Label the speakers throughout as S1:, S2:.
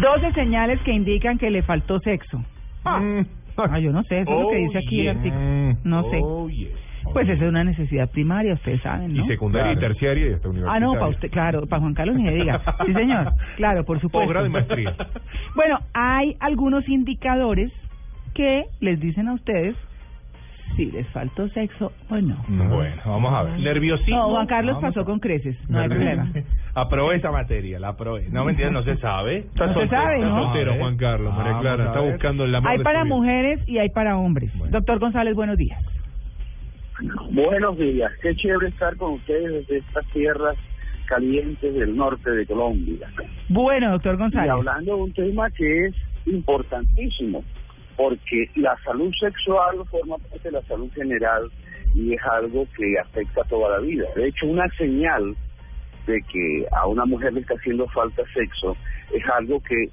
S1: 12 señales que indican que le faltó sexo.
S2: Mm.
S1: Ah, yo no sé, eso es lo que dice aquí
S2: Oh,
S1: el artículo. No sé. Pues esa es una necesidad primaria, ustedes saben, ¿no?
S3: Y secundaria y
S2: Claro.
S3: terciaria y hasta
S1: Ah,
S3: universitaria.
S1: no, para usted, claro, para Juan Carlos ni le diga. Sí, señor, claro, por supuesto.
S3: Posgrado y maestría.
S1: Bueno, hay algunos indicadores que les dicen a ustedes si les faltó sexo o no.
S2: Bueno, vamos a ver. Nerviosismo.
S1: No, Juan Carlos
S3: Ah,
S2: Vamos
S1: pasó
S2: a-
S1: con creces, no hay
S2: Nerviosismo.
S1: problema.
S2: Aprobé esa materia, la aprobé. No, mentira, no se sabe.
S1: No se
S2: soltero,
S1: sabe,
S2: está
S1: ¿no?
S3: Soltero, Juan Carlos, María
S2: Vamos
S3: Clara,
S2: a
S3: está
S2: ver.
S3: buscando el amor
S1: Hay
S3: de
S1: para
S3: su vida.
S1: mujeres y hay para hombres. Doctor González, buenos días.
S4: Buenos días, qué chévere estar con ustedes desde estas tierras calientes del norte de Colombia.
S1: Bueno, doctor
S4: Y
S1: González.
S4: hablando de un tema que es importantísimo, porque la salud sexual forma parte de la salud general y es algo que afecta toda la vida. De hecho, una señal de que a una mujer le está haciendo falta sexo es algo que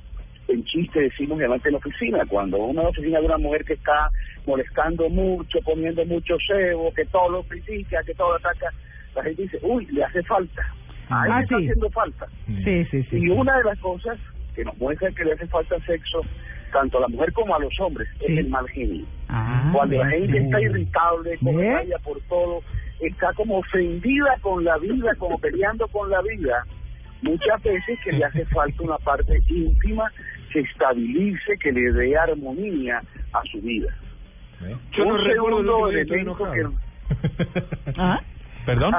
S4: en chiste decimos llamante en la oficina, cuando una oficina de una mujer que está molestando mucho, poniendo mucho cebo, que todo lo critica, que todo lo ataca, la gente dice, uy, le hace falta, a él
S1: Ah,
S4: le está
S1: sí.
S4: haciendo falta.
S1: Sí, sí, sí.
S4: Y una de las cosas que nos muestra que le hace falta sexo, tanto a la mujer como a los hombres,
S1: Sí.
S4: es el mal genio.
S1: Ah,
S4: Cuando la
S1: vea
S4: gente
S1: tú.
S4: está irritable, con
S1: ¿Ve?
S4: rabia por todo, está como ofendida con la vida, como peleando con la vida, muchas veces que le hace falta una parte íntima que estabilice, que le dé armonía a su vida.
S3: ¿Eh? Yo no recuerdo
S4: Un
S3: el
S4: segundo
S3: último día que estuve
S4: elemento
S3: enojado.
S1: ¿Ah?
S2: ¿Perdón?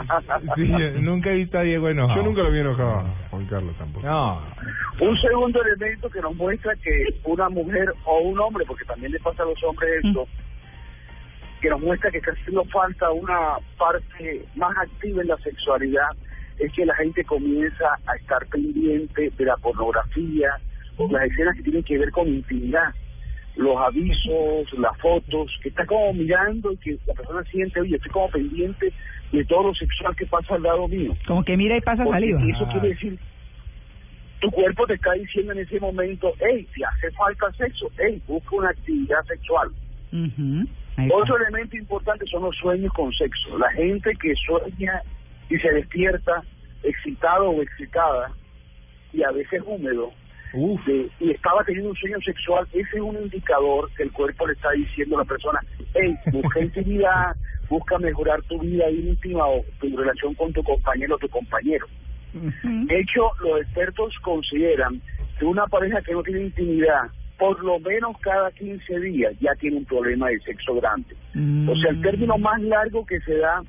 S2: Sí, yo nunca he visto a Diego enojado.
S3: Yo nunca lo vi enojado. Juan Carlos tampoco.
S2: No.
S4: Un segundo elemento que nos muestra que una mujer o un hombre, porque también le pasa a los hombres esto, que nos muestra que está haciendo falta una parte más activa en la sexualidad, es que la gente comienza a estar pendiente de la pornografía, las escenas que tienen que ver con intimidad, los avisos, las fotos, que está como mirando y que la persona siente, oye, estoy como pendiente de todo lo sexual que pasa al lado mío.
S1: Como que mira y pasa
S4: Porque
S1: saliva.
S4: Eso quiere decir, tu cuerpo te está diciendo en ese momento, hey, te hace falta sexo, hey, busca una actividad sexual.
S1: Ujú, ahí está.
S4: Otro elemento importante son los sueños con sexo. La gente que sueña y se despierta excitado o excitada y a veces húmedo
S2: Uf.
S4: de- y estaba teniendo un sueño sexual, ese es un indicador que el cuerpo le está diciendo a la persona, hey, busca intimidad, busca mejorar tu vida íntima o tu relación con tu compañero o tu compañero.
S1: Ujú.
S4: De hecho, los expertos consideran que una pareja que no tiene intimidad, por lo menos cada 15 días, ya tiene un problema de sexo grande. O sea,
S1: Mm.
S3: Mm.
S4: el término más largo que se da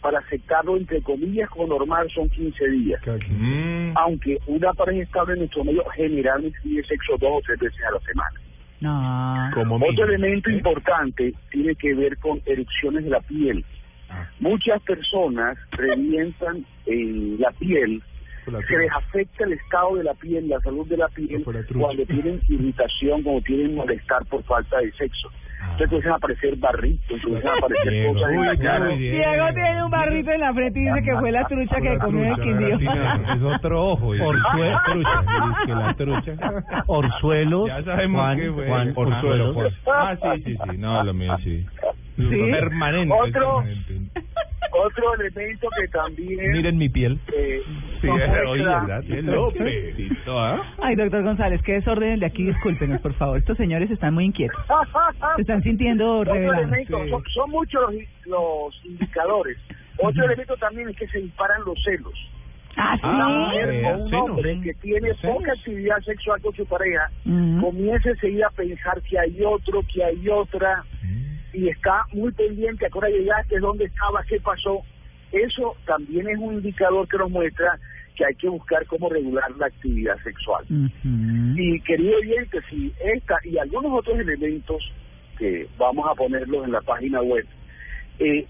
S4: para aceptarlo, entre comillas, como normal son 15 días.
S3: Mm.
S4: Aunque una pareja estable en nuestro medio generalmente tiene sexo dos o tres veces a la semana.
S1: No.
S3: Como
S4: Otro
S3: mínimo,
S4: elemento
S3: ¿eh?
S4: importante tiene que ver con erupciones de la piel.
S3: Ah.
S4: Muchas personas revientan en la piel
S3: Por la
S4: se les
S3: tierra.
S4: afecta el estado de la piel, la salud de la piel,
S3: Por la trucha.
S4: cuando tienen irritación, cuando tienen molestar por falta de sexo.
S3: Ah.
S4: Entonces comienzan a aparecer barritos, comienzan a aparecer
S3: Diego.
S4: cosas en la
S3: Uy,
S4: cara.
S3: Diego.
S1: Diego tiene un barrito en la frente y dice que fue la trucha
S3: Por
S1: que
S3: la
S1: comió el
S3: trucha,
S1: quindío.
S3: gratinada.
S2: Es otro ojo.
S5: Por
S2: suerte
S5: suerte,
S2: trucha. Es que la trucha.
S5: Orzuelos,
S2: Ya sabemos
S5: Juan,
S2: qué fue.
S5: Juan
S2: Orzuelo,
S5: Orzuelos.
S2: por-
S3: pues.
S2: Ah, sí, sí, sí. No, lo mío sí. Permanente.
S4: Otro.
S2: permanente.
S4: Otro elemento que también...
S2: Miren mi piel.
S4: eh,
S2: Sí,
S4: nos muestra-
S2: oye, ¿verdad? Es López. ¿ah?
S1: Ay, doctor González, qué desorden el de aquí, discúlpenos, por favor. Estos señores están muy inquietos. Se están sintiendo
S4: Otro
S1: revelados.
S4: elemento, son, son muchos los, los indicadores. Otro elemento también es que se disparan los celos.
S1: Ah,
S4: Una
S1: sí.
S4: mujer
S2: eh,
S4: o un
S2: celos.
S4: hombre que tiene
S2: Los celos.
S4: poca actividad sexual con su pareja
S1: Ujú.
S4: comienza enseguida a pensar que hay otro, que hay otra, y está muy pendiente a qué hora llegaste, dónde estabas, qué pasó. Eso también es un indicador que nos muestra que hay que buscar cómo regular la actividad sexual.
S1: Ujú.
S4: Y querido oyente, si esta y algunos otros elementos que vamos a ponerlos en la página web, eh,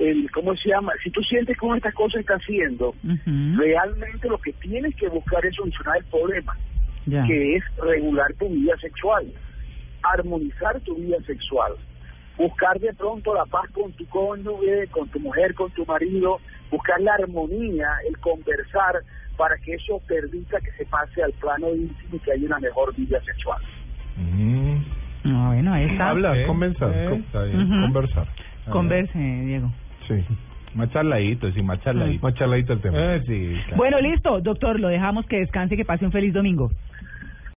S4: el, ¿cómo se llama? Si tú sientes que una de estas cosas está haciendo,
S1: Ujú.
S4: realmente lo que tienes que buscar es solucionar el problema
S1: Ya.
S4: que es regular tu vida sexual, armonizar tu vida sexual, buscar de pronto la paz con tu cónyuge, con tu mujer, con tu marido, buscar la armonía, el conversar para que eso permita que se pase al plano íntimo y que haya una mejor vida sexual.
S2: Mm.
S1: No, Ah, bueno, ahí está.
S3: Hablar,
S2: Eh,
S3: conversar,
S2: eh.
S3: con- está bien,
S1: Ujú.
S3: conversar.
S1: Converse, Diego.
S3: Sí.
S2: Más charladito, sí, más charladito.
S3: Más charladito el tema.
S2: Eh, sí, claro.
S1: Bueno, listo, doctor, lo dejamos que descanse y que pase un feliz domingo.